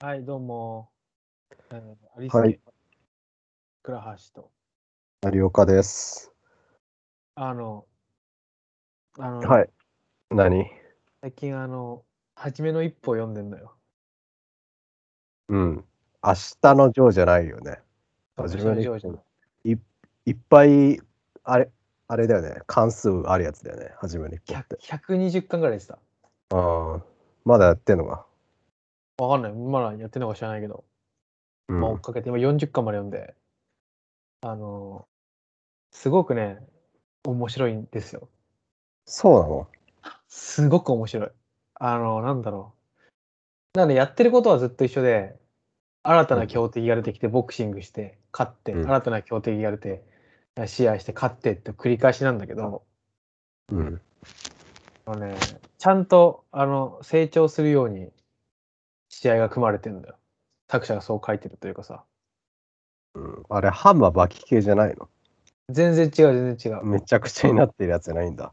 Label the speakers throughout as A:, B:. A: はい、どうも。えー、アリス、
B: はい、
A: 倉橋と。
B: 有岡です。
A: あの、あの、
B: はい。何
A: 最近あの、初めの一歩読んでんのよ。
B: うん。明日のジョーじゃないよね。
A: そう
B: 初めの一歩
A: 初めの
B: いっぱい、あれ、あれだよね。関数あるやつだよね。初めの一歩って
A: 100。120巻ぐらいでした。
B: ああ。まだやってんのか。
A: わかんない。まだやってんのか知らないけど、
B: う
A: まあ追っ
B: ん。
A: かけて、今40巻まで読んで、あの、すごくね、面白いんですよ。
B: そうなの
A: すごく面白い。あの、なんだろう。なんで、やってることはずっと一緒で、新たな強敵が出てきて、ボクシングして、勝って、
B: うん
A: 新たな強敵が出て、試合して、勝ってって繰り返しなんだけど、
B: うん。
A: あのね、ちゃんと、あの、成長するように、試合が組まれてるんだよ。作者がそう書いてるというかさ。
B: うんあれ、ハンマーバキ系じゃないの
A: 全然違う、全然違う。
B: めちゃくちゃになってるやつじゃないんだ。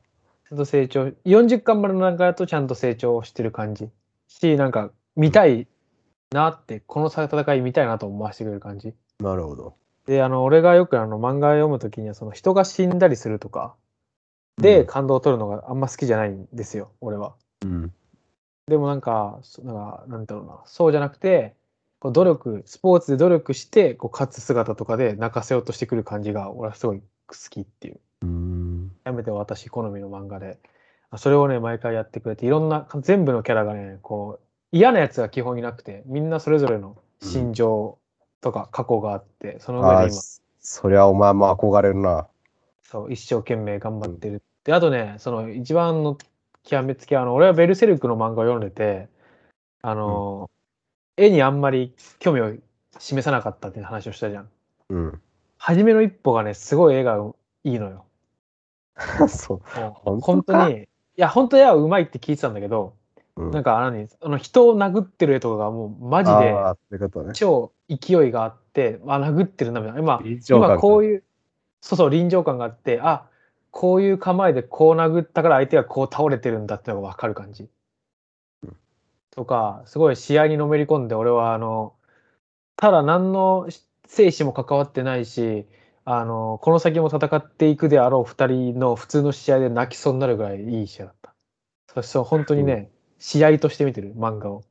A: ちゃんと成長、40巻までの中だとちゃんと成長してる感じ。し、なんか、見たいなって、この戦い見たいなと思わせてくれる感じ。
B: なるほど。
A: で、あの、俺がよくあの漫画を読むときには、その人が死んだりするとか、で、感動を取るのがあんま好きじゃないんですよ、俺は。
B: うん。
A: でもなんか、そなんか、なんだろうな、そうじゃなくて、こう努力、スポーツで努力して、こう勝つ姿とかで泣かせようとしてくる感じが、俺はすごい好きっていう。
B: うん。
A: やめて私好みの漫画で。あそれをね、毎回やってくれて、いろんな、全部のキャラがね、こう、嫌なやつが基本いなくて、みんなそれぞれの心情とか過去があって、その
B: あ
A: 上
B: あ
A: で今、、
B: そりゃお前も憧れるな。
A: そう、一生懸命頑張ってるって。あとね、その一番の極めつけは、あの、俺はベルセルクの漫画を読んでて、あの、絵にあんまり興味を示さなかったっていう話をしたじゃん。
B: うん。
A: 初めの一歩がね、すごい絵がいいのよ。
B: そ
A: もう
B: 本
A: 本
B: 当か
A: 当に、いや、本当絵はうまいって聞いてたんだけど、
B: う。うん
A: なんかあの、あの人を殴ってる絵とかがもうマジで
B: ああ、ってことね。
A: 超勢いがあって、あ、殴ってるなみたいな。今、
B: 臨場感
A: 今
B: が
A: こういう、そうそう、臨場感があって、あこういう構えでこう殴ったから相手がこう倒れてるんだってのが分かる感じ。とか、すごい試合にのめり込んで、俺はあの、ただ何の生死も関わってないし、あの、この先も戦っていくであろう二人の普通の試合で泣きそうになるぐらいいい試合だった。そして本当にね、
B: う
A: 試合として見てる、漫画を。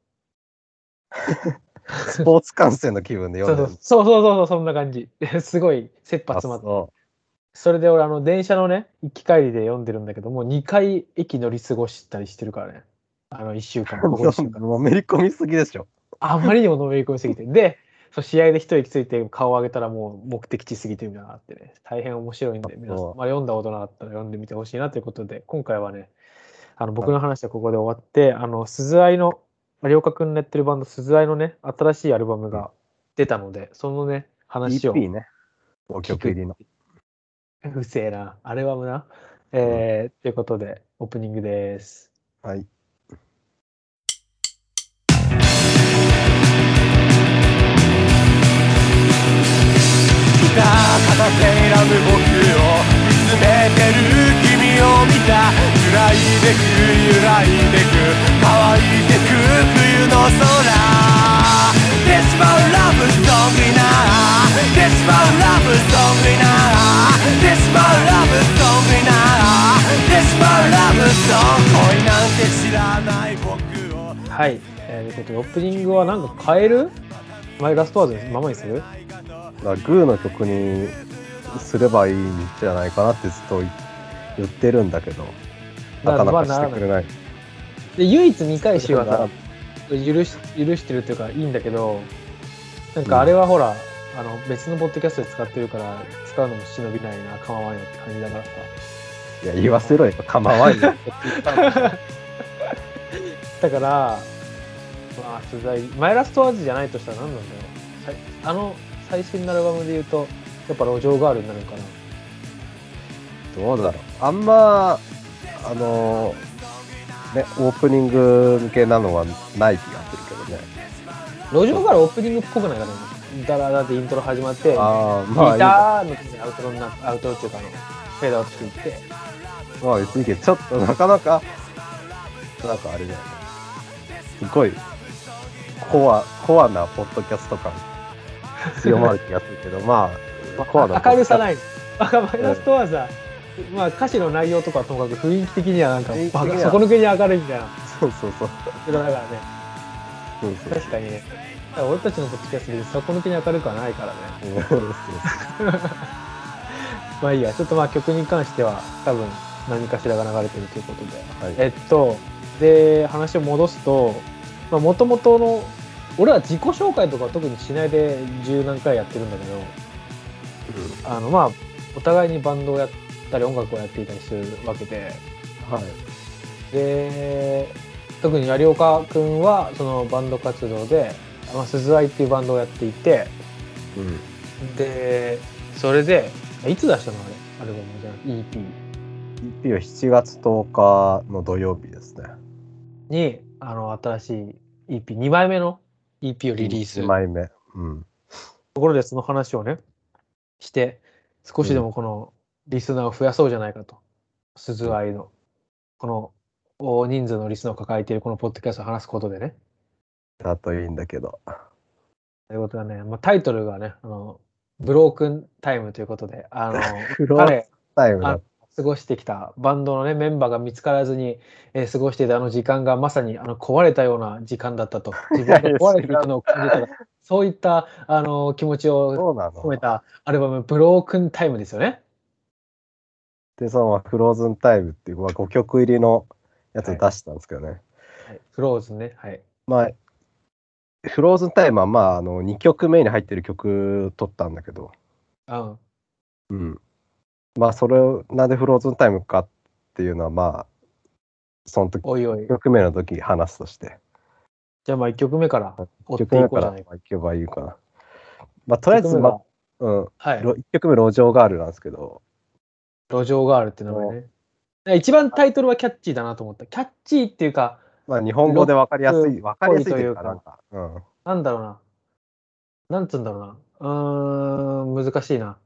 B: スポーツ観戦の気分で
A: そう
B: 読ん
A: そ
B: で
A: うそうそ
B: る
A: うそう、そんな感じ。 すごい、切羽
B: あ
A: 詰まって。
B: そ
A: それで俺、あの、電車のね、行き帰りで読んでるんだけど、もう2回駅乗り過ごしたりしてるからね。あの、1週 間、ここ1週
B: う
A: 間。
B: のめり込みすぎでしょ。
A: あまりにものめり込みすぎて。で、そう試合で一息ついて顔を上げたらもう目的地過ぎてるみたいなのがあってね、大変面白いんで、皆さん、まあ、読んだことなかったら読んでみてほしいなということで、今回はね、あの僕の話はここで終わって、あの、鈴愛の、有岡君のやってるバンド、鈴愛のね、新しいアルバムが出たので、そのね、話を。
B: EP ね。お曲入りの。
A: うるせえな、アルバムな。えーということで、オープニングです。
B: はい。
C: 片手選ぶ僕を見つめてる君を見た揺らいでく揺らいでく乾いてく冬の空 This my love song in a This my love song in a This my love song in a This my love song 恋なんて知らない僕を
A: はい。えーということで、オープニングはなんか変えるマイガストアーズのままにする
B: だからグーの曲にすればいいんじゃないかなってずっと言ってるんだけど、なかなかしてくれない。
A: で、唯一2回しは
B: なら
A: さ
B: な、
A: 許し許してるというか、いいんだけど、なんかあれはほら、あの別のポッドキャストで使ってるから、使うのも忍びないな、構わないって感じだからさ。
B: いや、言わせろよ。構わんよ。
A: だから、まあ、取材、マイラストアーズじゃないとしたら何なんだろうさい。あの、最新のアルバムで言うと、やっぱ路上ガールになるのかな。
B: どうだろう。あんま、あの、ね、オープニング向けなのはない気がするけどね。
A: 路上ガールオープニングっぽくないかね。ダラダラってイントロ始まって、ギタ
B: ああ、まあいいか。
A: ーの時にアウトロになアウトロっていうかあの、フェードアウトしていって、
B: まあ別にいいけど、ちょっとなかなか、なんかあれだよね。すごい、コア、コアなポッドキャスト感強まる気がするけど、まあ、 コアな
A: 明るさ
B: い。
A: ない。バカマイナスとはさ、まあ歌詞の内容とかはともかく雰囲気的にはなんか
B: 雰囲気的
A: バ
B: には
A: カ底抜けに明るいみたいな。
B: そうそうそう。
A: だからね、
B: そうそう
A: 確かにね。だから俺たちのポッドキャストで底抜けに明るくはないからね。
B: うんそうそう
A: まあいいや、ちょっとまあ曲に関しては多分何かしらが流れてるということで。
B: はい
A: えっと、で、話を戻すと、まあ元々の、俺は自己紹介とかは特にしないで十何回やってるんだけど、あのまあ、お互いにバンドをやったり音楽をやっていたりするわけで、
B: はい。
A: で、特に有岡くんはそのバンド活動で、まあ、鈴愛っていうバンドをやっていて、
B: うん。
A: で、それで、いつ出したのあれ、アルバムじゃなくて EP
B: EP は7月10日の土曜日ですね。
A: に、あの、新しい EP、2枚目の EP をリリース。
B: 1枚目。うん。
A: ところでその話をね、して、少しでもこのリスナーを増やそうじゃないかと。鈴愛の、この大人数のリスナーを抱えているこのポッドキャストを話すことでね。
B: だといいんだけど。
A: ということがね、まあ、タイトルがね、あの、ブロークンタイムということで、あ
B: ブロ
A: の、
B: ー
A: 彼、
B: タイムだ。
A: 過ごしてきたバンドのね、メンバーが見つからずに、えー過ごしていたあの時間がまさにあの壊れたような時間だった と。自分が壊れていくのを感じたら、そういったあの気持ちを
B: そうなの
A: 込めたアルバム、ブロークンタイムですよね。
B: で、そのフローズンタイムっていう、まあ、5曲入りのやつを出したんですけどね。
A: はい、フローズンね。はい。
B: まあ、フローズンタイムは、まあ、あの、2曲目に入ってる曲取ったんだけど、
A: うん。
B: うん。まあ、それを、なんでフローズンタイムかっていうのは、まあ、その時、
A: おいおい
B: 1。曲目の時話すとして、
A: じゃあまあ1曲目から追っ
B: 1
A: て
B: 曲
A: い
B: 目
A: こう
B: か
A: じ
B: ら
A: ゃ
B: ま
A: ないか。
B: あいけばいいかな。まあ、とりあえ
A: 一曲
B: ず、
A: 目が
B: まあ、うん、
A: はい。
B: 1曲目、路上ガールなんですけど、
A: 路上ガールって名前ね。一番タイトルはキャッチーだなと思った。キャッチーっていうか、
B: まあ、日本語で分かりやすい、
A: ロッ
B: 分
A: ク
B: か
A: っぽ
B: りや
A: い
B: すいという
A: というか
B: か、なんか、うん。
A: なんだろうな。なんつうんだろうな。うーん、難しいな。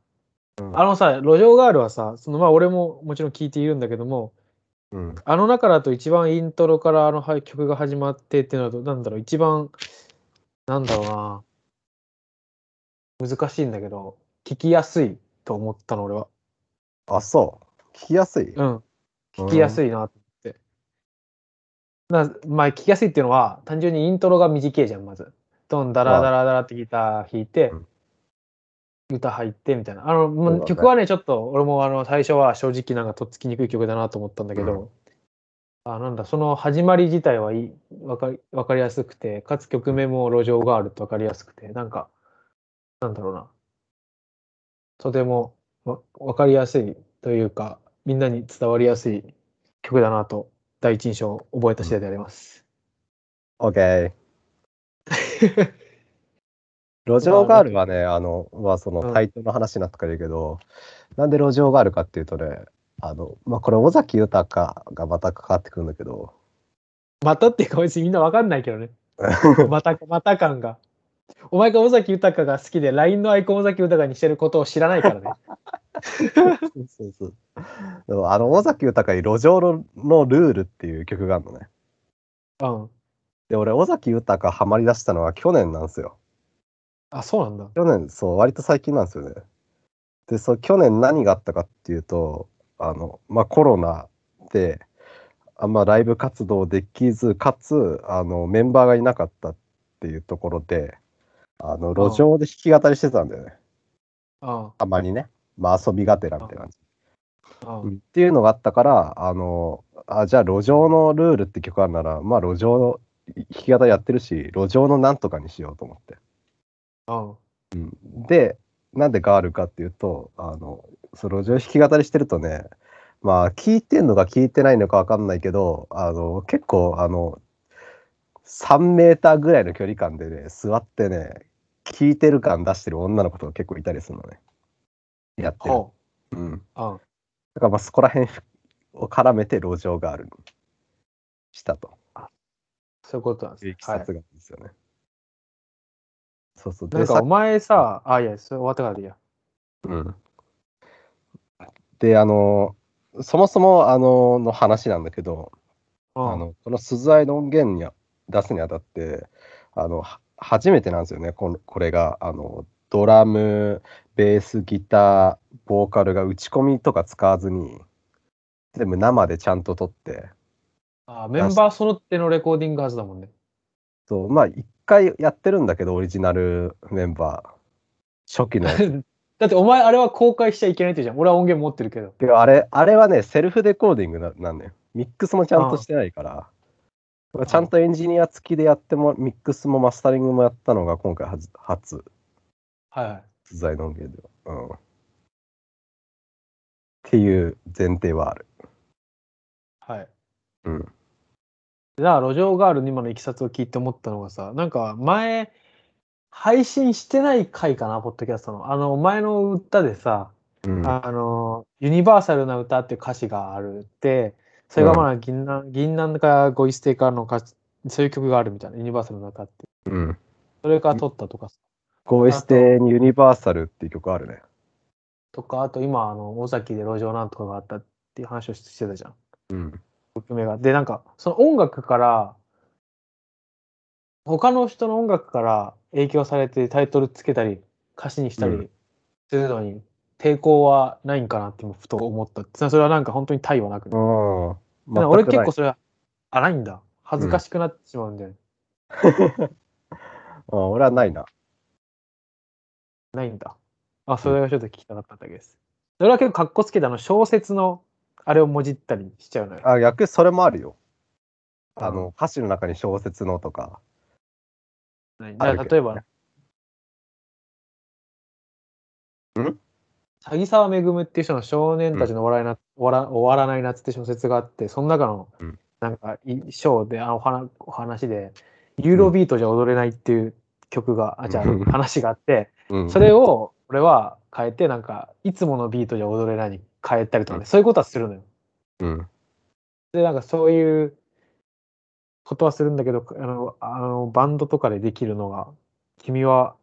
B: うん
A: あのさ、路上ガールはさ、そのまあ俺ももちろん聞いているんだけども、
B: うん、
A: あの中だと一番イントロからあのはい曲が始まってっていうのだと、なんだろう、一番、なんだろうな。難しいんだけど、聞きやすいと思ったの俺は。
B: あ、そう。聞きやすい。
A: うん。聞きやす
B: い。
A: いなって。なまあ、聞きやすいっていうのは、単純にイントロが短いじゃん、まず。ドン、ダラダラダラってギター弾いて、
B: うん
A: 歌入ってみたいな。あの、まあ
B: そうだね
A: 曲はね、ちょっと、俺もあの最初は正直なんかとっつきにくい曲だなと思ったんだけど、あなんだ、その始まり自体はいい、わかりわかりやすくて、かつ曲名も路上ガールとわかりやすくて、なんか、なんだろうな。とてもわわかりやすいというか、みんなに伝わりやすい曲だなと、第一印象を覚えた次第であります。
B: OK。路上ガールはね、あの、はそのタイトルの話になってくるけど、なんで路上ガールかっていうとね、あの、まあ、これ尾崎豊がまた関わってくるんだけど、
A: またっていうか、別にみんなわかんないけどね。 また、また感が。お前が尾崎豊が好きで、LINE のアイコン尾崎豊にしてることを知らないからね。
B: そうそうそう。でもあの、尾崎豊に路上ののルールっていう曲があるのね。
A: うん。
B: で、俺、尾崎豊ハマり出したのは去年なんですよ。
A: あ、そうなんだ。
B: 去年、そう、割と最近なんですよね。で、そう、去年何があったかっていうと、あの、まあ、コロナで、あんまライブ活動できず、かつ、あの、メンバーがいなかったっていうところで、あ
A: あ
B: の、
A: あ
B: 路上で弾き語りしてたんだよね。
A: うん。
B: たまにね。まあ、遊びがてらみたいな感
A: う
B: じ。
A: ん
B: っていうのがあったから、あの、あ、じゃあ、路上のルールって曲あるなら、まあ、路上の弾き語りやってるし、路上のなんとかにしようと思って。
A: うん。
B: で、なんでガールかっていうと、あの、その路上弾き語りしてるとね、まあ、聞いてんのか聞いてないのかわかんないけど、あの、結構、あの、3メーターぐらいの距離感でね、座ってね、聞いてる感出してる女の子とか結構いたりするのね。やってる。
A: ほ
B: うん。
A: う。うん。
B: だからまあ、そこら辺を絡めて路上ガールにしたと。
A: そういうことなん
B: いうい
A: で
B: き
A: す。は
B: さ
A: い
B: つ。があるんですよね。そうそう。
A: なん
B: で、
A: か
B: さ
A: お前さ、あ、いや、それ終わったからでいいや。
B: うんであのそもそもあのの話なんだけど、
A: うん。
B: あのこの「鈴愛の音源」に出すにあたってあのは初めてなんですよねこのこれがあのドラムベースギターボーカルが打ち込みとか使わずに全部生でちゃんと撮って
A: あメンバー揃ってのレコーディングはずだもんね。
B: そうまあ一回やってるんだけどオリジナルメンバー初期の
A: だってお前あれは公開しちゃいけないって言うじゃん。俺は音源持ってるけど。
B: けどあれあれはねセルフレコーディングななんねミックスもちゃんとしてないから
A: ん
B: ちゃんとエンジニア付きでやってもミックスもマスタリングもやったのが今回初初
A: はいはい。
B: 実在の音源では、うん、っていう前提はある
A: はい。
B: うん
A: でだから、路上ガールの今のいきさつを聞いて思ったのがさ、なんか前、配信してない回かな、ポッドキャストの。あの、前の歌でさ、
B: うん
A: あの、ユニバーサルな歌っていう歌詞があるって、それがまあ、銀杏、銀杏かゴイステかの歌詞、そういう曲があるみたいな、ユニバーサルの歌って。
B: うん
A: それから撮ったとかさ、
B: ゴーエステにユニバーサルっていう曲あるね
A: とか、あと今、あの、大崎で路上なんとかがあったっていう話をしてたじゃん。
B: うん
A: 夢が。で、なんか、その音楽から、他の人の音楽から影響されてタイトルつけたり、歌詞にした
B: う
A: り
B: ん
A: するのに抵抗はないんかなって今ふと思った。つまりそれはなんか本当に対はなくね。
B: あ
A: だから俺結構それは、あ、ないんだ。恥ずかしくなってしまうんだよね。
B: 構俺はないな
A: ないんだ。あ、それがちょっと聞きたかっただけです。それは結構かっこつけてあの小説のあれをもじったりしちゃうのよ。
B: あ逆にそれもあるよあ
A: う
B: の歌詞の中に小説のとか
A: ない
B: ある
A: だから
B: け
A: 例え
B: ど
A: ば
B: ね。
A: ん詐沢めぐむっていう人の少年たちの笑いな、終わら終わらない夏って小説があって、その中の
B: うん、
A: なんか、い章で、あのお話、お話で、ユーロビートじゃ踊れないっていう曲が、あ、じゃあ
B: うん
A: 話があって、
B: うん
A: それを、俺は変えて、なんか、いつものビートじゃ踊れないに変えたりとか
B: う
A: ね、そういうことはするのよ。
B: うん
A: で、なんかそういうことはするんだけど、あの、あのバンドとかでできるのが、君は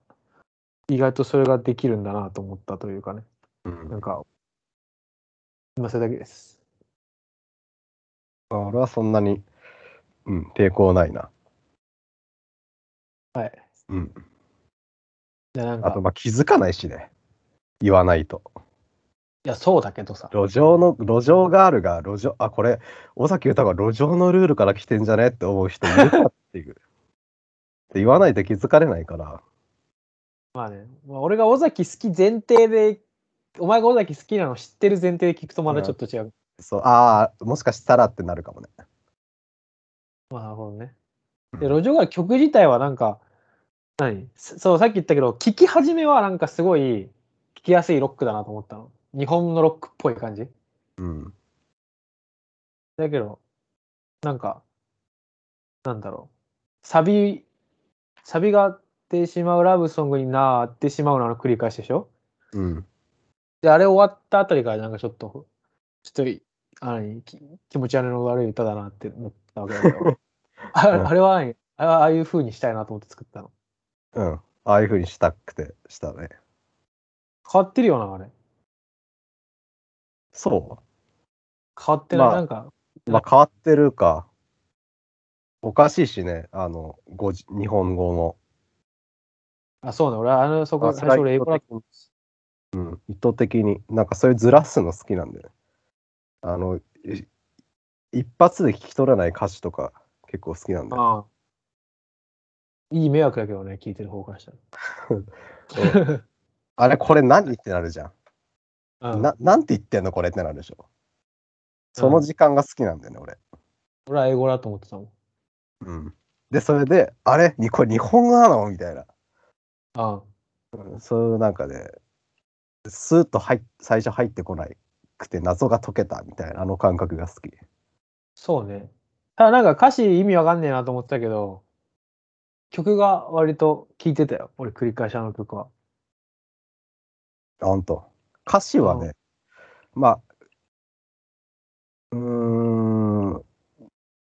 A: 意外とそれができるんだなと思ったというかね、
B: うん
A: なんか、今それだけです。
B: まあ俺はそんなに、うん、抵抗ないな。
A: はい。
B: うん、
A: じゃあなん
B: あ
A: か
B: と、、まあ気づかないしね。言わないと。
A: いや、そうだけどさ、
B: 路上の、路上ガールが、路上、あ、これ、尾崎豊が路上のルールから来てんじゃねって思う人いるかっていう。 で言わないと気づかれないから。
A: まあね、まあ、俺が尾崎好き前提で、お前が尾崎好きなの知ってる前提で聞くとまだちょっと違う。
B: そう、ああ、もしかしたらってなるかもね。
A: まあ、なるほどね。
B: うん
A: で、路上が曲自体はなんか、何そそう、さっき言ったけど、聴き始めはなんかすごい聴きやすいロックだなと思ったの。日本のロックっぽい感じ。
B: うん。
A: だけど、なんか、なんだろう。サビ、サビがあってしまうラブソングになってしまうのの繰り返しでしょ
B: うん。
A: で、あれ終わったあたりからなんかちょっと、ちょっと、あのき気持ち悪いの悪い歌だなって思ったわけだけど。あ
B: うん
A: あれは何あれはああいう風にしたいなと思って作ったの。
B: うん。ああいうふうにしたくて、したね。
A: 変わってるよな、あれ。
B: そ
A: 変わってない。
B: まあ
A: なんか、
B: う。まあ変わってるか。おかしいしね、あの、ごじ日本語も。
A: あ、そうね。俺、あの、そこ、
B: あ
A: 最初俺英
B: ス
A: 語
B: ラ
A: だ
B: イ
A: と思
B: うん、意図的に、なんかそういうずらすの好きなんだよね。あの、い一発で聞き取れない歌詞とか結構好きなんだよ。
A: ああいい迷惑だけどね、聞いてる方からした
B: あれ、これ何ってなるじゃ。
A: ら。うんん
B: な、なんて言ってんのこれってなるでしょ。その時間が好きなんだよね、俺。
A: 俺は英語だと思ってたもん。
B: うん。で、それで、あれにこれ日本語なのみたいな。
A: あ
B: うんそういうなんかね、スーッと入っ最初入ってこないくて謎が解けたみたいな、あの感覚が好き。
A: そうね。ただ、なんか歌詞意味わかんねえなと思ってたけど、曲が割と聴いてたよ。俺、繰り返しあの曲は。
B: あほんと。歌詞はね、まあ、うーん、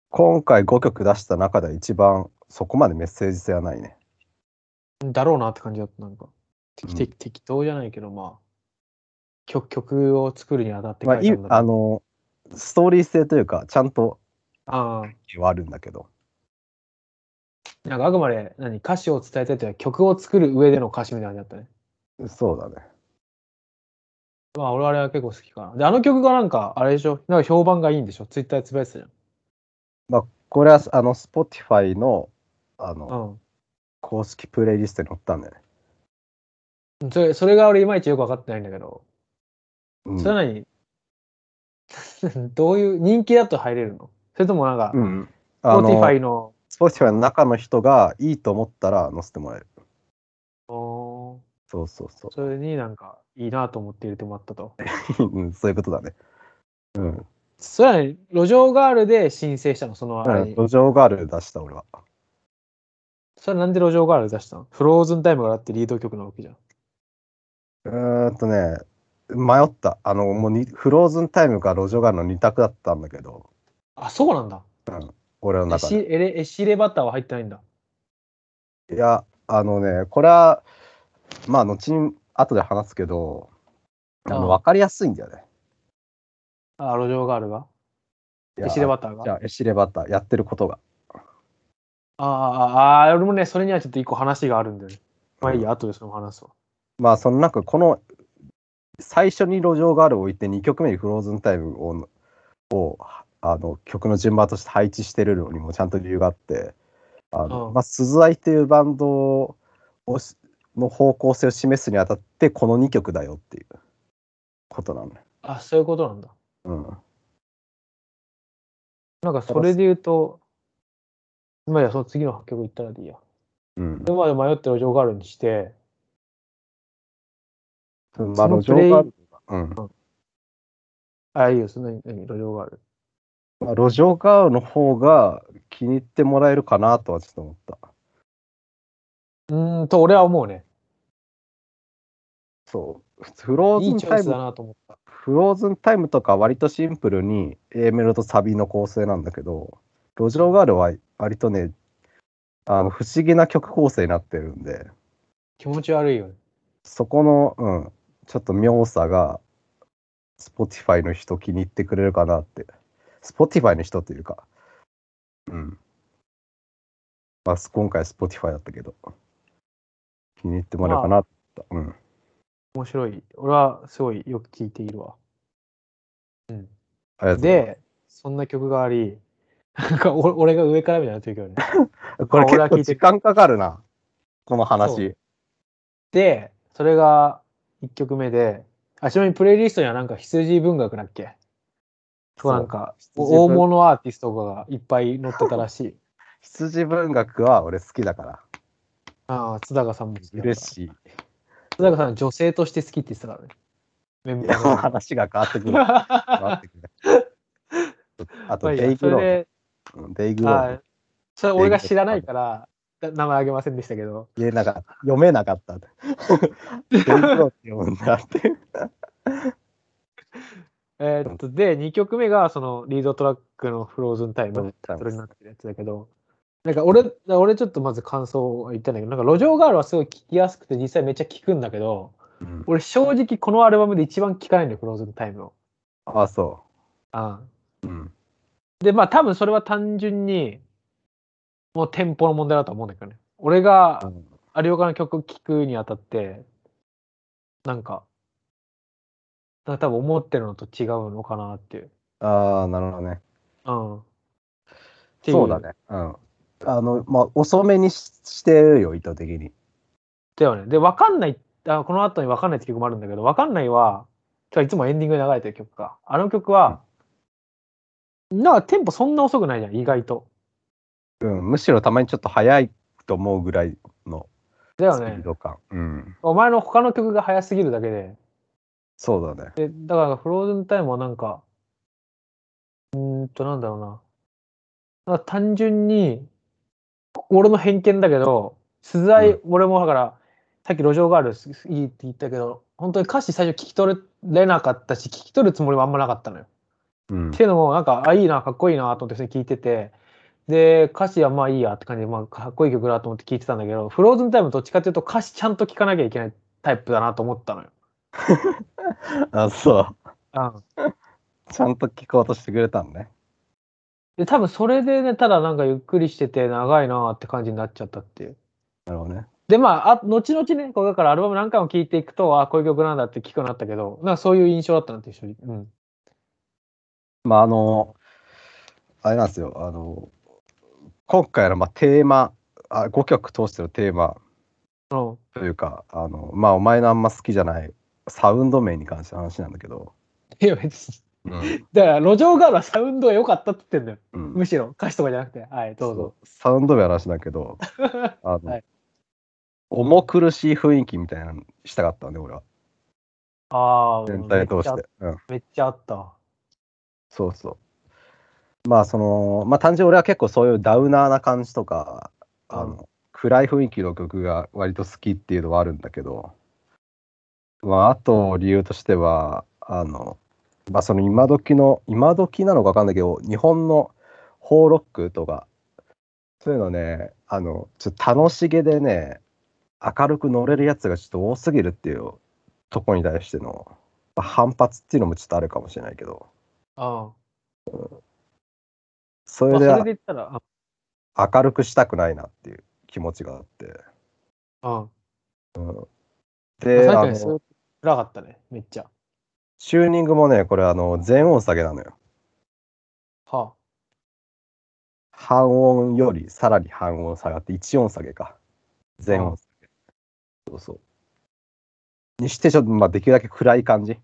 B: 今回5曲出した中では一番そこまでメッセージ性はないね。
A: だろうなって感じだった。なんか、
B: うん
A: 適適適当じゃないけど、まあ、曲曲を作るにあたって
B: ま
A: 書
B: あ、
A: い
B: い
A: たんだ
B: あ
A: ろう
B: の、ストーリー性というか、ちゃんと
A: ああ、
B: はあるんだけど。
A: なんかあくまで何歌詞を伝えたいというよりは曲を作る上での歌詞みたいな感じだったね。
B: そうだね。
A: まあ俺あれは結構好きかな。で、あの曲がなんかあれでしょなんか評判がいいんでしょツイッターでつぶやいてたじ
B: まあ、これは、あの、Spotify の、あの、
A: ゃん。うん。
B: 公式プレイリストに載ったんだよね。
A: それそれが俺いまいちよく分かってないんだけど、
B: うん
A: それは何 どういう人気だと入れるのそれともなんか、
B: うん。あの、
A: Spotify の
B: Spotify の中の人がいいと思ったら載せてもらえる。
A: おー
B: そうそうそう。
A: それになんかいいなと思って入れてもらったと。
B: うん そういうことだね。うん。
A: それは何路上ガールで申請したのそのあれに、
B: 路上ガール出した俺は。
A: それなんで路上ガール出したのフローズンタイムがだってリード曲なわけじゃん。
B: うーんとね、迷った。あの、もうにフローズンタイムか路上ガールの2択だったんだけど、
A: あ、そうなんだ。
B: 俺の
A: エ
B: 中
A: シ
B: で。
A: エレエシレバターは入ってないんだ。
B: いや、あのね、これは、まあ、後に、後で話すけど、あ
A: ああ
B: の分かりやすいんだよね。
A: あ、路上ガールが
B: いや
A: エシレバター
B: じ
A: が
B: ゃあ、エシレバター、やってることが。
A: ああ、ああ、俺もね、それにはちょっと一個話があるんだよね。まあいいや、後でその話すわ。
B: まあ、そのなんか、この、最初に路上ガールを置いて、2曲目にフローズンタイムを、をあの曲の順番として配置してるのにもちゃんと理由があって、あの
A: うん
B: まあ、鈴愛っていうバンドをしの方向性を示すにあたって、この2曲だよっていうことなのね。
A: あ、そういうことなんだ。
B: うん。
A: なんかそれで言うと、まあいいや、その次の曲行ったらでいいや。
B: うん
A: で、まあ迷って路上ガールにして、
B: まあ、
A: その
B: 路
A: プ
B: 上
A: レイ
B: ガール、うん
A: あ、いいよ、そんなに、何路上ガール。
B: まあ、路上ガールの方が気に入ってもらえるかなとはちょっと思った。
A: うーんと、俺は思うね。
B: そう。フロ
A: い
B: ー
A: い
B: ズ
A: チ
B: ンタ
A: ョ
B: イ
A: イスだ
B: ム、
A: なと思った。
B: フローズンタイムとか割とシンプルに A メロとサビの構成なんだけど、路上ガールは割とね、あの不思議な曲構成になってるんで、
A: 気持ち悪いよね。
B: そこの、うん、ちょっと妙さが、Spotify の人気に入ってくれるかなって。Spotify の人というか、うん。まあ、す今回 Spotify だったけど、気に入ってもらえるかなって。うん。
A: 面白い。俺はすごいよく聞いているわ。
B: ありがとうございま
A: で、そんな曲があり、なんかお俺が上からみたいな時よね。
B: す、これ
A: 俺は
B: 結構
A: 聞いて
B: 時間かかるな、この
A: そ
B: 話
A: う。で、それが1曲目で、あ、ちなみにプレイリストにはなんか羊文学だっけとかなんか
B: そう羊
A: 大
B: 文
A: 物アーティストとかがいっぱい載ってたらしい。
B: 羊文学は俺好きだから、
A: ああ、津高さんも好きだから。
B: 嬉
A: 津
B: しい。
A: 高さん女性として好きって言ってたからね。メン
B: い
A: バ
B: や、
A: ーの
B: 話が変わってくる。変 わっ
A: 中
B: てくる。あと、
A: で
B: デイグ
A: そ
B: ロー
A: れ
B: ズうん。デ
A: で、
B: イグロー
A: は
B: ズ
A: い。それ俺が知らないから、だ名前あげませんでしたけど。
B: 言えなかった。読めなかった。デイグローって読むんだって。
A: えーっと、で、2曲目が、その、リードトラックのフローズンタイム、
B: タイム
A: それになってるやつだけど、なんか俺、俺ちょっとまず感想を言ったんだけど、なんか路上ガールはすごい聞きやすくて、実際めっちゃ聞くんだけど、
B: うん
A: 俺正直このアルバムで一番聞かないんだよ、フローズンタイムを。
B: あ、そ
A: ああ
B: う。うん。
A: で、まあ多分それは単純に、もうテンポの問題だと思うんだけどね。俺が、有岡の曲聴くにあたって、なんか、なんか多分思ってるのと違うのかなっていう。
B: ああ、なるほどね。
A: うん。っていう
B: そうだね。うん。あの、まあ、遅めにししてるよ、意図的に。
A: だよね。で、わかんない、あこの後にわかんないって曲もあるんだけど、わかんないは、てかいつもエンディングで流れてる曲か。あの曲は、なんかテンポそんな遅くないじゃん、意外と。
B: うん。むしろたまにちょっと早いと思うぐらいの
A: だよ
B: スピー
A: ね。
B: ド感。うん。
A: お前の他の曲が早すぎるだけで。
B: そうだね。
A: で、だからフローズンタイムはなんか、うーんと、なんだろうな。なんか単純に、俺の偏見だけど、鈴愛、
B: うん
A: 俺もだから、さっき路上ガールすいいって言ったけど、本当に歌詞最初聞き取れなかったし、聞き取るつもりもあんまなかったのよ。
B: うん
A: っ。ていうのも、なんか、あ、いいな、かっこいいなと思って普通に聞いてて、で、歌詞はまあいいやって感じで、まあ、かっこいい曲だと思って聞いてたんだけど、フローズンタイムどっちかっていうと歌詞ちゃんと聞かなきゃいけないタイプだなと思ったのよ。
B: あ、そう。
A: うん。
B: ちゃんと聞こうとしてくれたんね。
A: で、多分それでね、ただなんかゆっくりしてて長いなーって感じになっちゃったっていう。
B: なるほどね。
A: で、まあ、あ後々ね、これだからアルバム何回も聴いていくと、あ、こういう曲なんだって聞くようになったけど、なんかそういう印象だったなって一緒に。うん。
B: まああの、あれなんですよ、あの、今回のまあテーマ、あ5曲通してのテーマ
A: うん。
B: というか、あの、まあお前のあんま好きじゃないサウンド名に関しての話なんだけど、
A: いや、別に。
B: うん
A: だから、路上ガールはサウンドが良かったって言ってんだよ。
B: うん
A: むしろ、歌詞とかじゃなくて。はい、どうぞ。
B: そうサウンド名の話だ けど、あの、
A: はい
B: 重苦しい雰囲気みたいなのしたかったね、俺は。
A: ああ、
B: 全体通し
A: めっち
B: て。うん。
A: ゃめっちゃあった。
B: そうそう。まあその、まあ単純に俺は結構そういうダウナーな感じとか、あの、
A: うん
B: 暗い雰囲気の曲が割と好きっていうのはあるんだけど、まああと理由としては、あの、まあその今時の、今時なのかわかんないけど、日本のホーロックとか、そういうのね、あの、ちょっと楽しげでね、明るく乗れるやつがちょっと多すぎるっていうとこに対しての、まあ反発っていうのもちょっとあるかもしれないけど、
A: あ
B: そ
A: あ。
B: れ
A: まあ、そ
B: で
A: れで言ったら、あ
B: 明るくしたくないなっていう気持ちがあって。
A: あ。
B: で、
A: 確
B: あ
A: かにそ
B: の
A: れ暗かったね、めっちゃ。
B: チューニングもね、これあの全音下げなのよ。
A: は
B: 半音よりさらに半音下がって、一音下げか。全音下げ。そうそう。にして、ちょっと、まあ、できるだけ暗い感じ。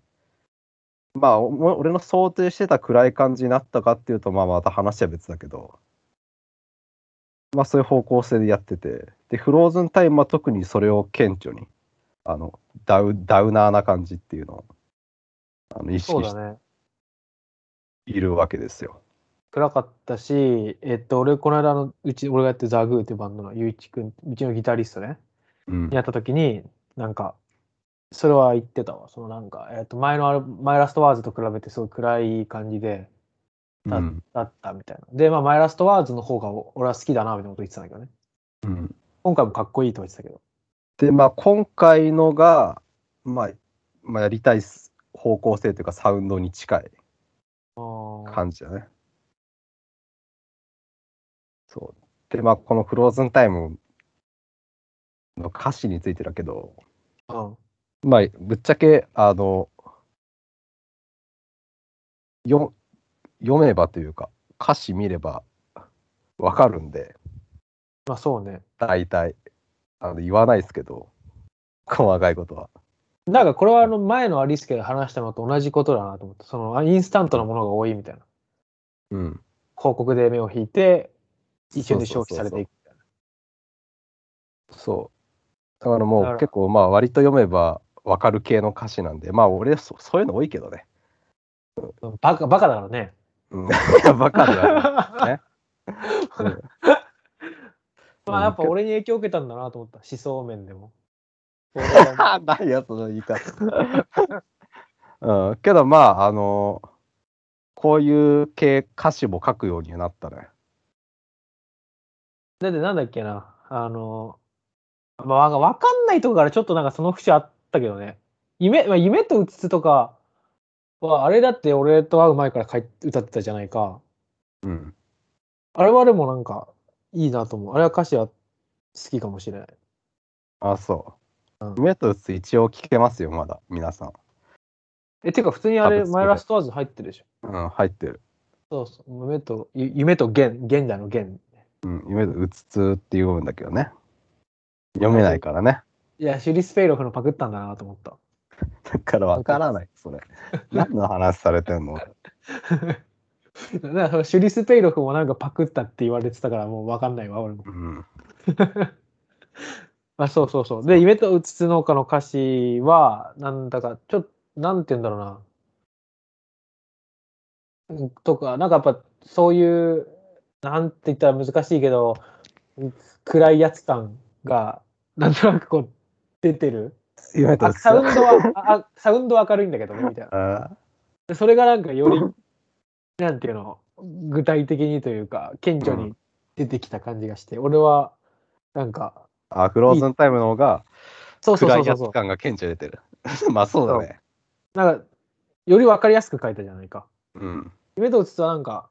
B: まあ、おも俺の想定してた暗い感じになったかっていうと、まあ、また話は別だけど、まあ、そういう方向性でやってて、で、フローズンタイムは特にそれを顕著に、あの、ダウダウナーな感じっていうのを、あの意
A: あ。そう
B: 識し
A: だ
B: て
A: ね。
B: いるわけですよ。
A: 暗かったし、えっと、俺、この間の、うち、俺がやってるザグーっていうバンドの、ゆういちくん、うちのギタリストね、
B: うん
A: に。会った時に、なんか、それは言ってたわ。そのなんか、えっと、前のアル、マイラストワーズと比べてすごい暗い感じで、だ
B: うん
A: だったみたいな。で、まあ、マイラストワーズの方がお俺は好きだな、みたいなこと言ってたんだけどね。
B: うん
A: 今回もかっこいいとは言ってたけど。
B: でまあ今回のが、まあ、まあやりたいす方向性というかサウンドに近い
A: ああ。
B: 感じだね。そうでまあこの「フローズンタイム」の歌詞についてだけど
A: うん。
B: まあぶっちゃけあのよ読めばというか歌詞見ればわかるんで
A: まあ、そうね。
B: 大体あの言わないですけど細かいことは。
A: なんかこれはあの前のアリスケが話したのと同じことだなと思って、そのあインスタントなものが多いみたいな。
B: うん
A: 広告で目を引いて、一瞬で消費されていくみたい
B: そう。だから
A: だか
B: もう
A: ら
B: 結構まあ割と読めばわかる系の歌詞なんで、まあ俺そそういうの多いけどね。
A: な。バカ、バカだからね。
B: うん、 バカだ、うん
A: まあやっぱ俺に影響を受けたんだなと思った。思想面でも。
B: あないやその言い方。うん、けどまああのこういう系歌詞も書くようになったね。
A: だってなんだっけな、あの、まあ、わわかんないとこからちょっとなんかその節あったけどね。夢、まあ、夢とうつつとかは、あれだって俺と会う前から書い歌ってたじゃないか。
B: うん。
A: あれはでもなんかいいなと思う。あれは歌詞は好きかもしれない。
B: あそう。
A: うん
B: メトウス一応聞けますよまだ皆さん。
A: え、てか普通にあ
B: あ
A: れ、
B: 別に
A: マイラストワーズ入ってるでしょ。
B: うん入ってる。
A: そうそう。夢と、ゆ夢と現、現代の現。
B: うん、夢とうつつっていう部分だけどね。読めないからね。
A: いや、シュリス・ペイロフのパクったんだなと思った。
B: だからわからない、 それ。何の話されてんの
A: なんかシュリス・ペイロフもなんかパクったって言われてたからもうわかんないわ、俺も
B: う。ん。
A: あそうそうそう。で、夢とうつつの丘の歌詞は、なんだか、ちょっと、なんて言うんだろうな。うんとか、なんかやっぱ、そういう、なんて言ったら難しいけど、うん暗いやつ感が、なんとなくこう、出てる。
B: 夢
A: あサウンドは、ああサウンドは明るいんだけど、みたいな。
B: あ
A: でそれがなんかより、なんていうの、具体的にというか、顕著に出てきた感じがして、俺は、なんか、
B: あ、フローズンタイムの方が
A: そうそう
B: 暗
A: そう
B: い
A: そ
B: や
A: うそう
B: つ。感が顕著に出てる。 まあそうだね。
A: なんか、より分かりやすく書いたじゃないか。
B: うん。
A: 夢とうつつはなんか、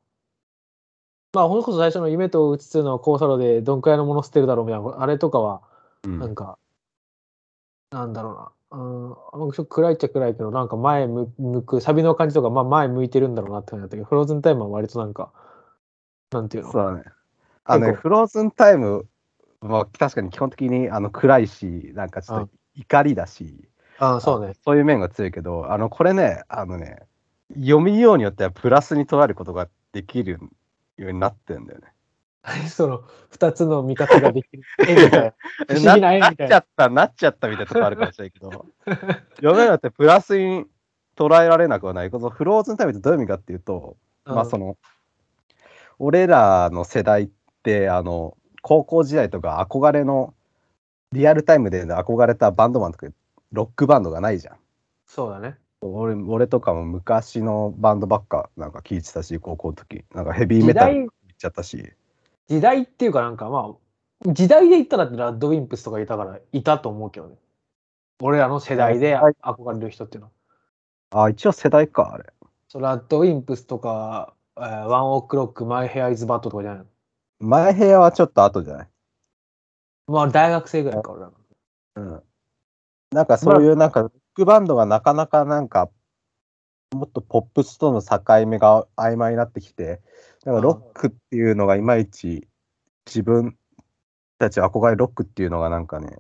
A: まあ、ほんこそ最初の夢とうつつの交差路でどんくらいのもの捨てるだろうみたいな、あれとかは、
B: うん
A: なんか、なんだろうな。うん、あちょっと暗いっちゃ暗いけど、なんか前向向く、サビの感じとか、まあ前向いてるんだろうなって感じだったけど、フローズンタイムは割となんか、なんていうの
B: そうだね。あのね、
A: 結構
B: フローズンタイムは確かに基本的にあの暗いし、なんかちょっと怒りだし、
A: ああ、そうね。
B: そういう面が強いけど、あのこれね、あのね、読みようによってはプラスに捉えることができるようになってんだよね。
A: その、二つの見方ができる。絵みたいな。不思議な絵み
B: な
A: た
B: っ
A: い
B: ち
A: な
B: ゃった、なっちゃったみたいなとこあるかもしれないけ ど、読めようによってプラスに捉えられなくはない。このフローズンタイムってどういう意味かっていうと、 まあそ
A: の、
B: の俺らの世代ってあの高校時代とか憧れのリアルタイムで憧れたバンドマンとかロックバンドがないじゃん
A: そうだね。
B: 俺俺とかも昔のバンドばっかなんか聴いてたし高校の時なんかヘビーメ
A: 時
B: タル
A: 代
B: 行っちゃったし
A: 時代っていうかなんかまあ時代で言ったらラッドウィンプスとかいたからいたと思うけどね俺らの世代で
B: はい
A: 憧れる人っていうのは
B: あ一応世代かあれ
A: そうラッドウィンプスとか、えーワンオクロックマイヘアイズバットとかじゃない
B: 前部屋はちょっと後じゃない、
A: のまあ大学生ぐらいか俺らの
B: うん、なんかそういうなんかロックバンドがなかなかなんかもっとポップスとの境目が曖昧になってきてなんかロックっていうのがいまいち自分たち憧れるロックっていうのがなんかね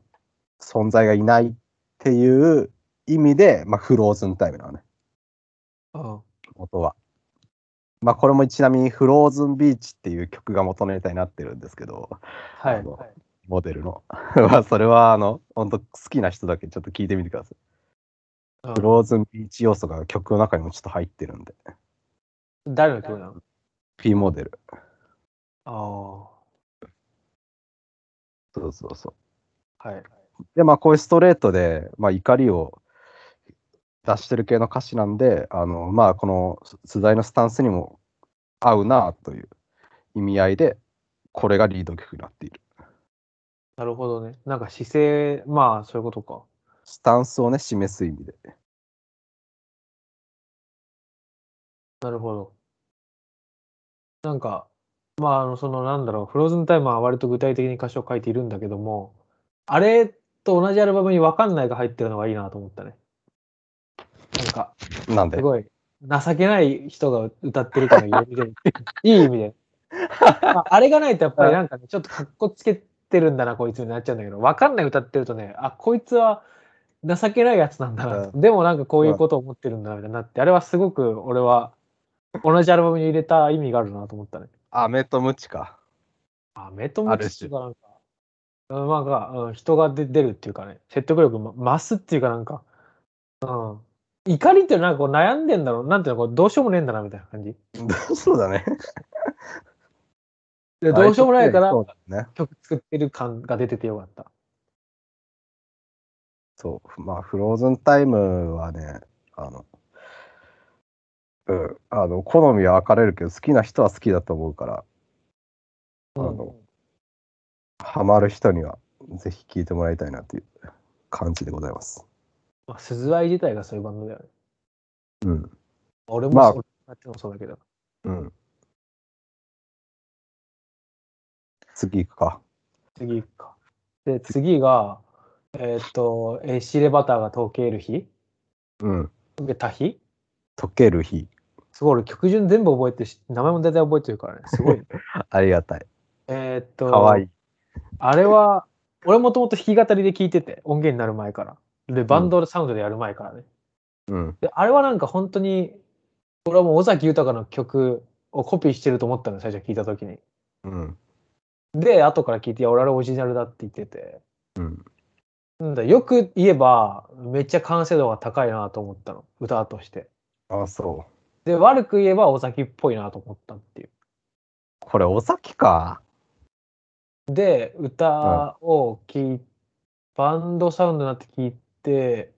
B: 存在がいないっていう意味で、まあ、フローズンタイムなのね
A: うん
B: 元は。まあこれもちなみに「フローズンビーチ」っていう曲が元ネタになってるんですけど
A: は
B: あ
A: い
B: のモデルの まあそれはあの本当好きな人だけちょっと聞いてみてください。
A: うん
B: フローズンビーチ要素が曲の中にもちょっと入ってるんで、
A: 誰の曲なの
B: P モデル。
A: あ
B: そうそうそう。
A: あはい
B: で、まあ、こういうストレートで、まあ、怒りを出してる系の歌詞なんで、あの、まあ、この素材のスタンスにも合うなという意味合いで、これがリード曲になっている。
A: なるほどねなんか姿勢まあそういうことか
B: スタンスをね、示す意味で。
A: なるほどなんかまああのそのなんだろうフローズンタイムは割と具体的に歌詞を書いているんだけどもあれと同じアルバムに「わかんない」が入ってるのがいいなと思ったねなんか
B: なん
A: す
B: で、
A: ごい情けない人が歌ってるから言えるいい意味 で、まあ、あれがないとやっぱりなんかねちょっとかっこつけてるんだなこいつになっちゃうんだけどわかんない歌ってるとねあこいつは情けないやつなんだな、
B: う
A: でもなんかこういうことを思ってるんだなみたいになってあれはすごく俺は同じアルバムに入れた意味があるなと思ったね
B: 飴とムチか。
A: あ目と目つがなんかうんまあなんか、うん、人が出出るっていうかね説得力ま増すっていうかなんか、うん、怒りってなんかこう悩んでんだろうなんていうのこうどうしようもねえんだなみたいな感じ
B: そうだね。
A: でどうしようもないから
B: そうだね。
A: 曲作ってる感が出ててよかった。
B: そう、まあ、フローズンタイムはね、あの、うん、あの、好みは分かれるけど、好きな人は好きだと思うから、あの、ハマる人には、ぜひ聴いてもらいたいなという感じでございます。
A: まあ、鈴愛自体がそういうバンドだよね。
B: うん。
A: 俺
B: ま
A: も
B: あ
A: そうなってもそうだけど。
B: うん。次行くか。
A: 次行くか。で、次が、えーっと、えーシーレバターが溶ける日
B: うん。
A: 溶けた日
B: 溶ける日。
A: すごい、俺曲順全部覚えてるし、名前も大体覚えてるからね。す ごい。
B: ありがたい。
A: えーっと、
B: かわいい。
A: あれは、俺もともと弾き語りで聴いてて、音源になる前から。で、バンドサウンドでやる前からね。
B: うん。
A: で、あれはなんか本当に、俺はもう尾崎豊の曲をコピーしてると思ったの、最初聞いたときに。
B: うん。
A: で、後から聞いて、いや、俺あれオリジナルだって言ってて。
B: うん。
A: なんだ、よく言えば、めっちゃ完成度が高いなと思ったの、歌として。
B: あ、そう。
A: で、悪く言えば尾崎っぽいなと思ったっていう。
B: これ、お酒か。
A: で、歌を聞い、バンドサウンドになって聞いて、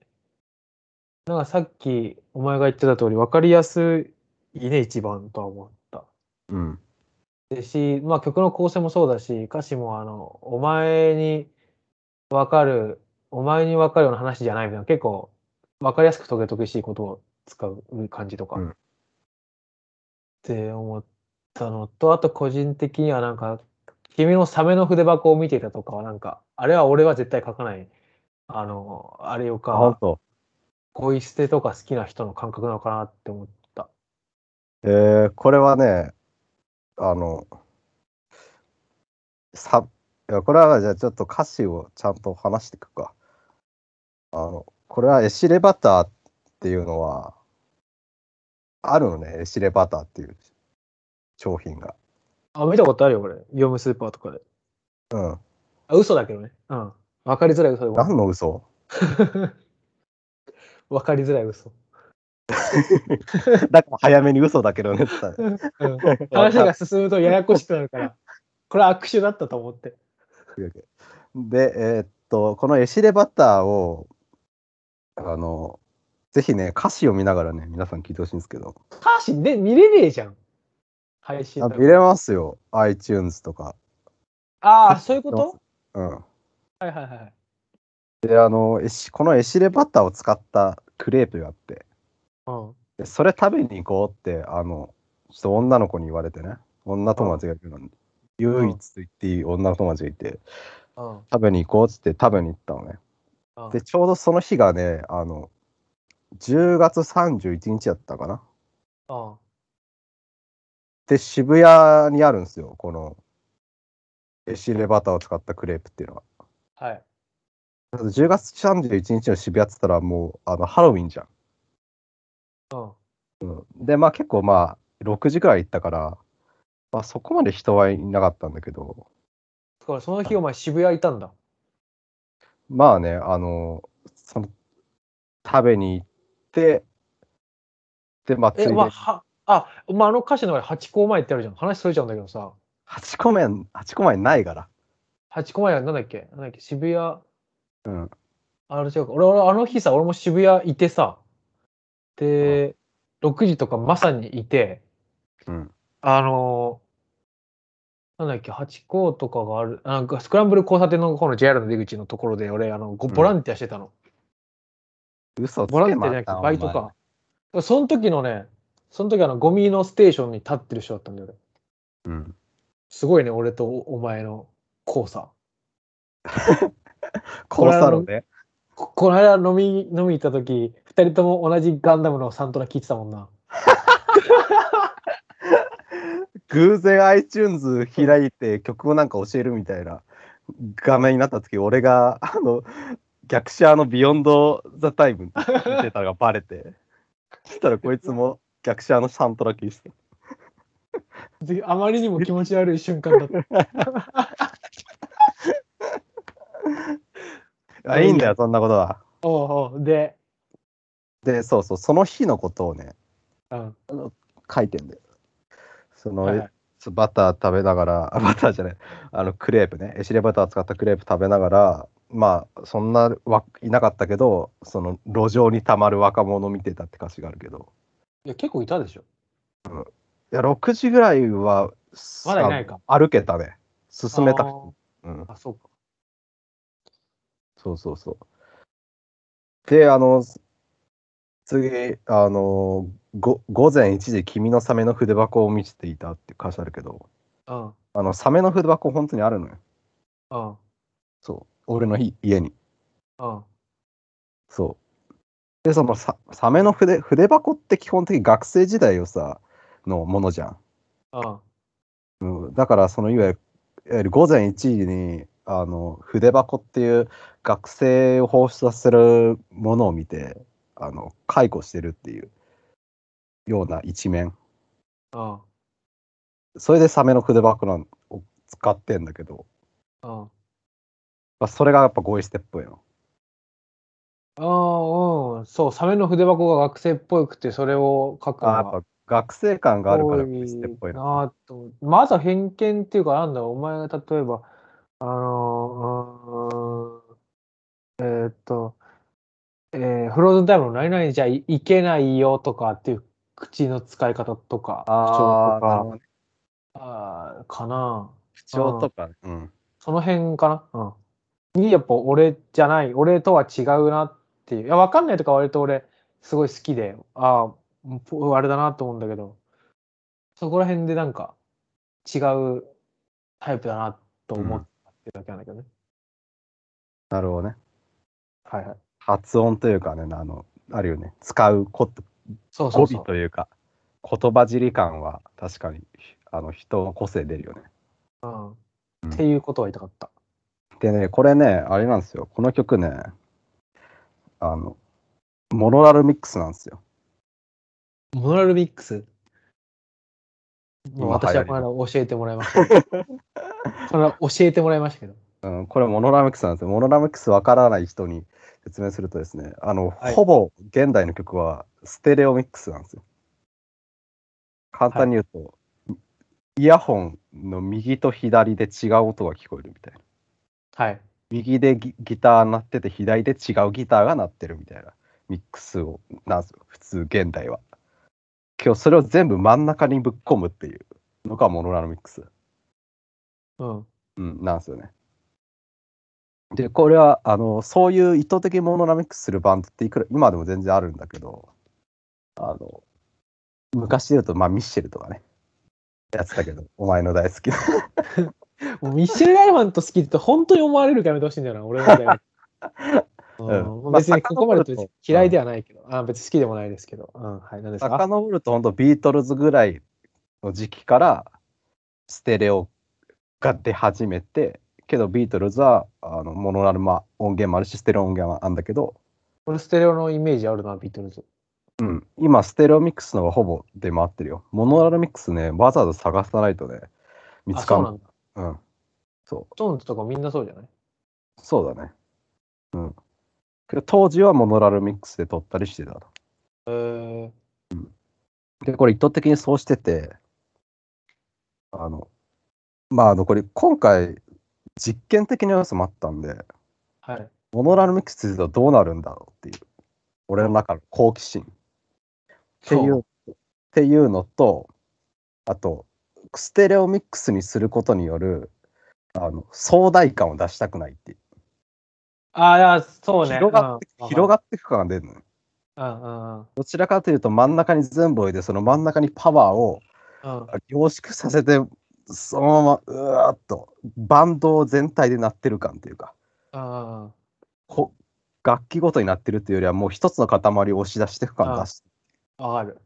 A: なんかさっきお前が言ってた通り、分かりやすいね、一番とは思った。
B: うん。
A: ですし、まあ、曲の構成もそうだし歌詞もあのお前に分かるお前に分かるような話じゃないみたいな結構分かりやすくトゲトゲしいことを使う感じとか、
B: うん
A: って思ったのと、あと個人的にはなんか、君のサメの筆箱を見ていたとかはなんか、あれは俺は絶対書かない。あの、あれよ
B: あ、本
A: か、
B: 当。
A: 恋捨てとか好きな人の感覚なのかなって思った。
B: えー、これはね、あの、さ、いやこれはじゃあちょっと歌詞をちゃんと話していくか。あの、これはエシレバターっていうのは、あるのね、エシレバターっていう商品が。
A: あ、見たことあるよ、これ。業務スーパーとかで。
B: うん。
A: あ、嘘だけどね。うん。わかりづらい嘘でごめん
B: 何の嘘
A: わかりづらい嘘。
B: だから早めに嘘だけど ねって言ったの
A: うん話が進むとややこしくなるから、これ握手だったと思って。
B: で、えーっと、このエシレバターを、あの、ぜひね、歌詞を見ながらね、皆さん聞いてほしいんですけど、
A: 歌詞で見れねえじゃん。配信
B: あ
A: だ
B: 見れますよ、iTunes とか。
A: ああ、そういうこと
B: うん。
A: はいはいはい。
B: で、あの、エシこのエシレバターを使ったクレープがあって、
A: うん。
B: でそれ食べに行こうって、あの、ちょっと女の子に言われてね、女友達がいるのに、唯一と言っていい女の友達がいて、
A: うん。
B: 食べに行こうっつって食べに行ったのね。
A: うん
B: で、ちょうどその日がね、あの、10月31日だったかな。
A: うん。
B: で、渋谷にあるんですよ、この、エシレバターを使ったクレープっていうのは。
A: はい。
B: 10月31日の渋谷って言ったらもうあのハロウィンじゃん。
A: うん。
B: でまあ結構まあ6時ぐらい行ったから、まあ、そこまで人はいなかったんだけど
A: だからその日お前渋谷いたんだ。
B: まあねあのその食べに行ってでまあつい
A: え、
B: で
A: まあ、は、あ、まあ、あの歌詞の中で8個前ってあるじゃん。話それちゃうんだけどさ。
B: 8個目八個前ないから
A: 8個前はなんだっけなんだっけ渋谷。
B: うん。
A: あれ違うか。俺、俺、あの日さ、俺も渋谷いてさ。で、6時とかまさにいて、
B: うん
A: あのーなんだっけ、八甲とかがある、なんかスクランブル交差点の方の JR の出口のところで、俺、あの、ご
B: うん
A: ボランティアしてたの。
B: 嘘つけ
A: ボランティア
B: ま
A: じゃなくて
B: た、
A: バイト
B: お前
A: か。その時のね、その時あの、ゴミのステーションに立ってる人だったんだよ、俺。
B: うん、
A: すごいね、俺とおお前の交差。
B: コーサロで
A: ここの間飲み飲み行った時二人とも同じガンダムのサントラ聞いてたもんな
B: 偶然 iTunes 開いて曲をなんか教えるみたいな画面になった時俺があの逆者あの「ビヨンド・ザ・タイム」見てたのがバレてそしたらこいつも逆者あのサントラ聞いて
A: であまりにも気持ち悪い瞬間だった
B: たあいいんだよそんなことは
A: おうおうで、
B: でそうそうその日のことをね
A: うん
B: 書いてんだよその、
A: はいはい
B: そうバター食べながらあ バターじゃないあのクレープねエシレバター使ったクレープ食べながらまあそんなはいなかったけどその路上にたまる若者見てたって歌詞があるけど
A: いや結構いたでしょ
B: いや6時ぐらいはす
A: まだいないか
B: あの歩けたね進めたくて
A: あー
B: うん、
A: あそうか
B: そうそうそうであの次あのご午前1時君のサメの筆箱を見せていたって歌詞あるけど
A: うん
B: あのサメの筆箱本当にあるのよ
A: うん
B: そう俺のひ家に
A: うん
B: そう。で、そのさサメの筆筆箱って基本的に学生時代をさ、のものじゃん。
A: うん
B: うん、だから、そのいわゆるいわゆる午前1時に、あの、筆箱っていう学生を放出させるものを見て、あの、解雇してるっていうような一面。
A: うん
B: それでサメの筆箱なんを使ってんだけど、
A: うん
B: まあ、それがやっぱゴイステっぽいの。
A: ああうんそうサメの筆箱が学生っぽくてそれを書くの
B: あ
A: が
B: やっぱ学生感があるから
A: 多い
B: ゴイステっぽいの。
A: なぁと。まずは偏見っていうか、なんだろう、お前が例えば、あのーうーんえーっと、えーフローズンタイムの何々じゃいいけないよとかっていう口の使い方とか、
B: ああ、なる
A: 口調と
B: ほどね
A: か、あーかなぁ
B: 口調とかね。うん。
A: その辺かな。うん。に、やっぱ俺じゃない、俺とは違うなっていう。いや、わかんないとか割と俺、すごい好きで、ああ、もうあれだなと思うんだけど、そこら辺でなんか、違うタイプだなと思ったっていうだけなんだけどね。
B: なるほどね。
A: はいはい。
B: 発音というかね、あの、あるよね。使うこと
A: そうそ
B: 語
A: うそ
B: 尾
A: う。
B: というか、言葉尻感は確かに、あの、人の個性出るよね。
A: っていうことは言いたかった。
B: でね、これね、あれなんですよ。この曲ね、あの、モノラルミックスなんですよ。
A: モノラルミックス。
B: 今
A: もう私はこの間教えてもらいましたけ ど。この間教えてもらいましたけど。
B: うん、これモノラルミックスなんですよ。モノラルミックスわからない人に説明するとですね、あの、
A: はい
B: ほぼ現代の曲はステレオミックスなんですよ。簡単に言うと、イヤホンの右と左で違う音が聞こえるみたいな。
A: はい。
B: 右でギギター鳴ってて、左で違うギターが鳴ってるみたいなミックスを、なんですよ。普通、現代は。今日それを全部真ん中にぶっ込むっていうのがモノラルミックス。
A: うん。
B: うん、なんですよね。で、これは、あの、そういう意図的にモノラミックスするバンドっていくら、今でも全然あるんだけど、あの、昔で言うと、まあ、ミッシェルとかね、やってたけど、お前の大好きな。
A: もうミッシェル・ライマンと好きって本当に思われるからやめてほしいんだよな、俺はね。うん別にここまでと嫌いではないけど、あ別に好きでもないですけど、うん、はい、何ですか
B: 遡ると、本当ビートルズぐらいの時期から、ステレオが出始めて、けど、ビートルズは、あの、モノラルマ音源もあるし、ステレオ音源もあるんだけど、
A: これステレオのイメージあるな、ビートルズ。
B: うん、今、ステレオミックスの方がほぼ出回ってるよ。モノラルミックスね、わざわざ探さないとね、見
A: あ、
B: つか
A: そう
B: ん
A: なんだ。
B: うん。そう、
A: トーンズとかみんなそうじゃない
B: そうだね。うん。けど当時はモノラルミックスで撮ったりしてたと。
A: えー、
B: で、これ意図的にそうしてて、あの、まあ、あの、これ今回、実験的な要素もあったんで、
A: はい。
B: モノラルミックスでどうなるんだろうっていう、俺の中の好奇心。っていう、っていうのと、あと、ステレオミックスにすることによる、あの、壮大感を出したくないっていう。
A: あ、いや、そうね。
B: 広がって、
A: うん
B: 広がっていく感が出るのよ。
A: うんうんうん
B: どちらかというと真ん中に全部置いて、その真ん中にパワーを
A: うん。
B: 凝縮させて、そのまま、うわーっと、バンド全体で鳴ってる感というか、
A: うんうん
B: こ楽器ごとになってるというよりは、もう一つの塊を押し出していく感を出して
A: わかる。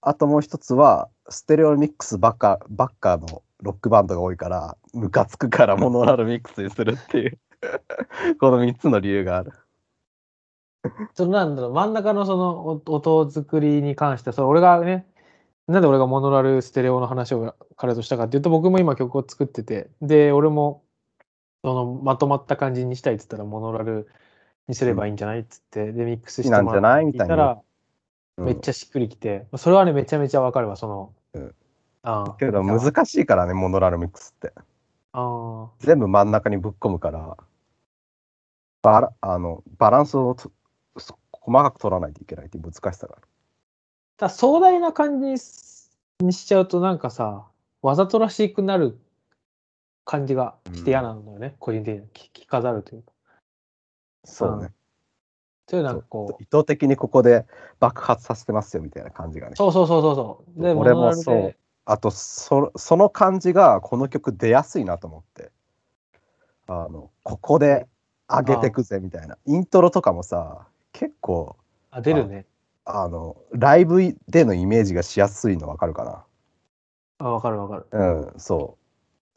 B: あともう一つは、ステレオミックスばっかばっかのロックバンドが多いから、ムカつくからモノラルミックスにするっていう、 この3つの理由がある。
A: そのなんだろう、真ん中のそのお音作りに関しては、それ俺がね、なんで俺がモノラルステレオの話を彼としたかっていうと、僕も今曲を作ってて、で、俺もそのまとまった感じにしたいって言ったら、モノラルにすればいいんじゃないっつって、で、ミックスしてもら
B: い
A: っ
B: いん
A: て聞
B: じゃないみた
A: い
B: い
A: た
B: な
A: ら、
B: うん
A: めっちゃしっくりきて、それはね、めちゃめちゃわかるわ、その。
B: うん
A: ああ。
B: けど難しいからね、モノラルミックスって。
A: ああ。
B: 全部真ん中にぶっ込むからバラあのバランスをとそ細かく取らないといけないっていう難しさがある。
A: ただ壮大な感じにすにしちゃうとなんかさわざとらしくなる感じがして嫌なんだよね、個人的に聞き飾るというか。
B: そうね、
A: というなんかこう
B: 意図的にここで爆発させてますよみたいな感じがね。
A: そうそうそうそうそう。で
B: 俺も
A: モノラルで
B: そうあとそその感じがこの曲出やすいなと思ってあのここで上げてくぜみたいなイントロとかもさ結構
A: あ出るね。
B: あのライブでのイメージがしやすいの分かるかな。
A: あわかるわかる。
B: うん、そう。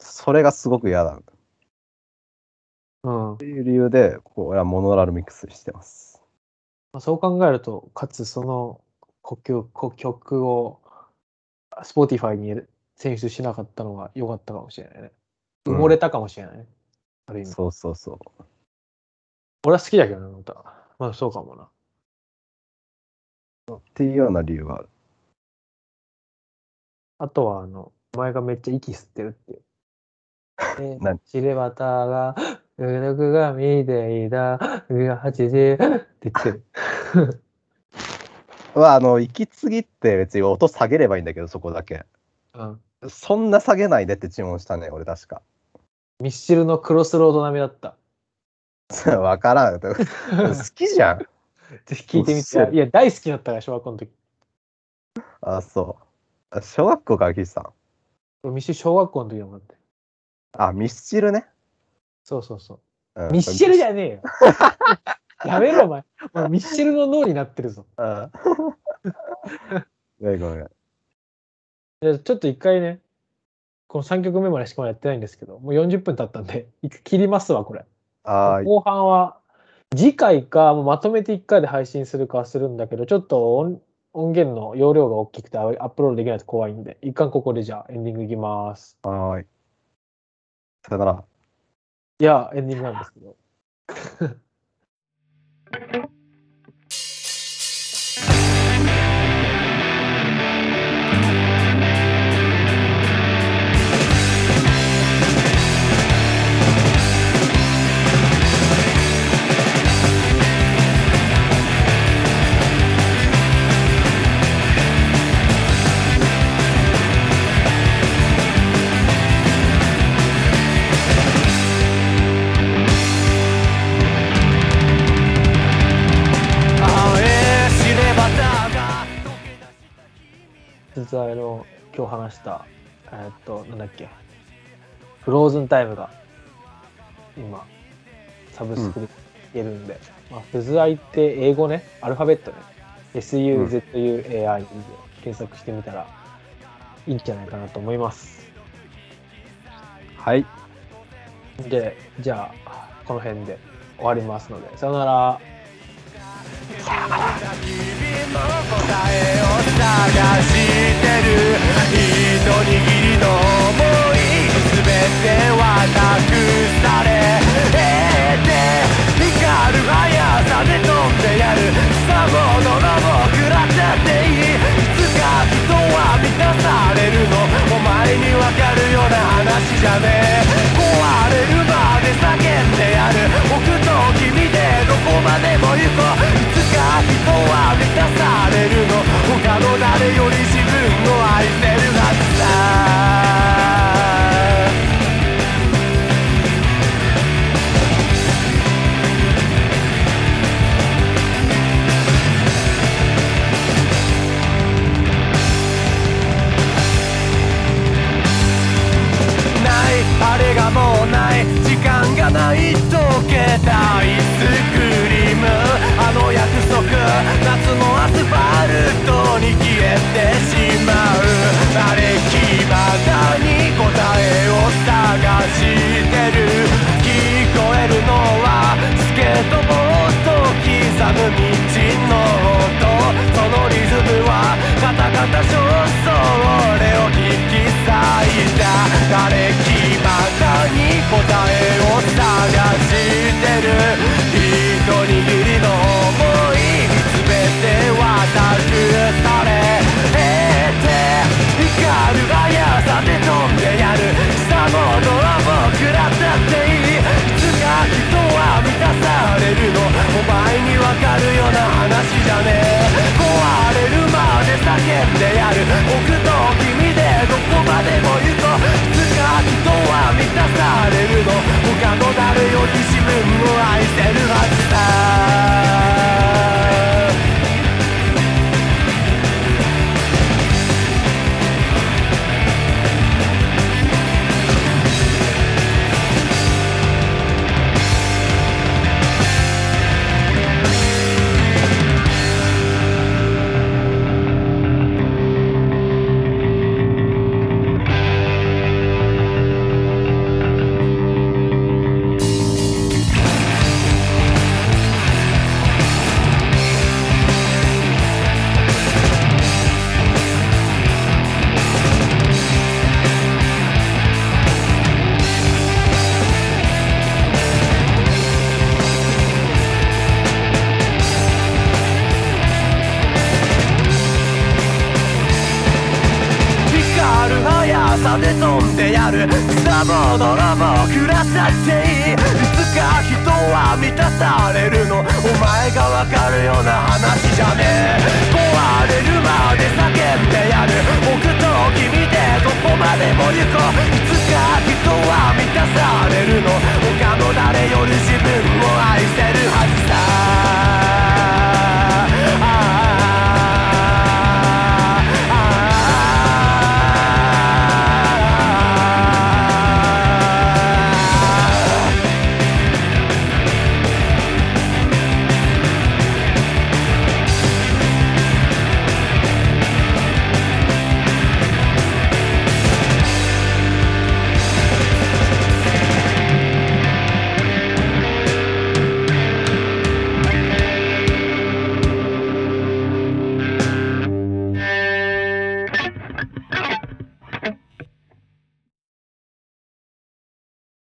B: それがすごく嫌だ。
A: うん
B: っていう理由で、これはモノラルミックスしてます。
A: まあ、そう考えるとかつその国曲国曲を Spotify に選出しなかったのが良かったかもしれないね。埋もれたかもしれないね。ある意味。
B: そうそうそう。
A: 俺は好きだけどね、また。まあそうかもな。
B: っていうような理由がある。
A: あとは、あの、お前がめっちゃ息吸ってるっていう。 え
B: 何
A: 知れ渡ら、うるぐが見ていた、うが八時って言ってる。
B: まあ、あの、息継ぎって別に音下げればいいんだけど、そこだけ。
A: うん。
B: そんな下げないでって注文したね、俺確か。
A: ミッシルのクロスロード並みだった。
B: わからん。好 きじゃん。
A: ぜひ聞いてみ
B: うっせ
A: て。いや、大好きだったから、小学校の時。
B: あ、そう。あ小学校から聞いてたの
A: ミスチル小学校の時だもんだって。
B: あ、ミスチルね。
A: そうそうそう。
B: うん
A: ミッシェルじゃねえ よ。やめろ、お前。お前ミッシェルの脳になってるぞ。
B: うん。ごめんごめん。
A: じゃあちょっと一回ね、この3曲目までしかまだやってないんですけど、もう40分経ったんで、一回切りますわ、これ。
B: あー
A: 後半は、次回か、もうまとめて1回で配信するかはするんだけど、ちょっと音音源の容量が大きくてアップロードできないと怖いんで、一貫ここでじゃあエンディングいきます。
B: はーい。さよなら。
A: いや、エンディングなんですけど。
C: あえ死ねばたが溶け出した
A: 実はあの、今日話した、えーっと、なんだっけ、フローズンタイムが、今、サブスクで出るんで、まあ、フズアイって英語ね、アルファベットね、SUZUAI で検索してみたらいいんじゃないかなと思います。
B: はい。
A: で、じゃあ、この辺で終わりますので、さよなら。
C: 君の答えを探してる一握りの想い全てはなくされ得て光る速さで飛んでやるさも泥も食らっちゃっていいいつか人は満たされるのお前にわかるような話じゃねえ壊れるまで叫んでやる僕と君でどこまでも行こういつか人は満たされるの他の誰より自分を愛せるはずだないあれがもうない時間がない溶けたアイスクリームあの約束夏のアスファルトに消えてしまう慣れきまだに答えを探してる聞こえるのはスケートボード刻む道の音そのリズムはカタカタ焦燥俺を引き裂いた誰気またに答えを探してる一握りの想い全ては託され得て光る速さで飛んでやるさもドラも食らったっていいいつか人は満たされるのお前にわかるような話じゃねえ壊れるまで叫んでやる僕と君でどこまでも行こういつか人は満たされるの他の誰より自分を愛せるはずだ光る速さで飛んでやる草も泥も暮らしたっていいいつか人は満たされるのお前がわかるような話じゃねえ壊れるまで叫んでやる僕と君でどこまでも行こういつか人は満たされるの他の誰より自分を愛せる